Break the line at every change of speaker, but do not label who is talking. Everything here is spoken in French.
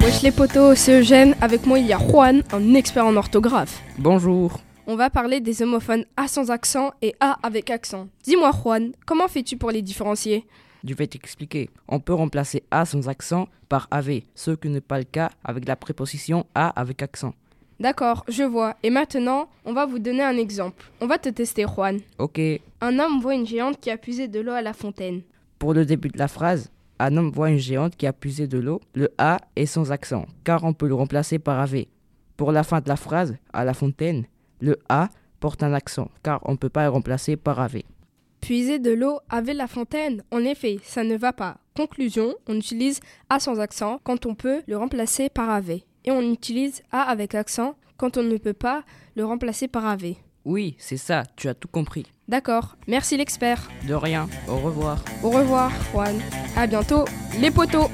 Wesh les potos, c'est Eugène. Avec moi, il y a Juan, un expert en orthographe.
Bonjour.
On va parler des homophones A sans accent et A avec accent. Dis-moi, Juan, comment fais-tu pour les différencier
Je vais t'expliquer. On peut remplacer A sans accent par AV, ce qui n'est pas le cas avec la préposition A avec accent.
D'accord, je vois. Et maintenant, on va vous donner un exemple. On va te tester, Juan.
Ok.
Un homme voit une géante qui a puisé de l'eau à la fontaine.
Pour le début de la phrase, un homme voit une géante qui a puisé de l'eau. Le A est sans accent, car on peut le remplacer par AV. Pour la fin de la phrase, à la fontaine, le A porte un accent, car on ne peut pas le remplacer par AV.
Puiser de l'eau avec la fontaine, en effet, ça ne va pas. Conclusion, on utilise A sans accent quand on peut le remplacer par AV. Et on utilise A avec accent quand on ne peut pas le remplacer par AV.
Oui, c'est ça, tu as tout compris.
D'accord, merci l'expert.
De rien, au revoir.
Au revoir, Juan. À bientôt, les poteaux!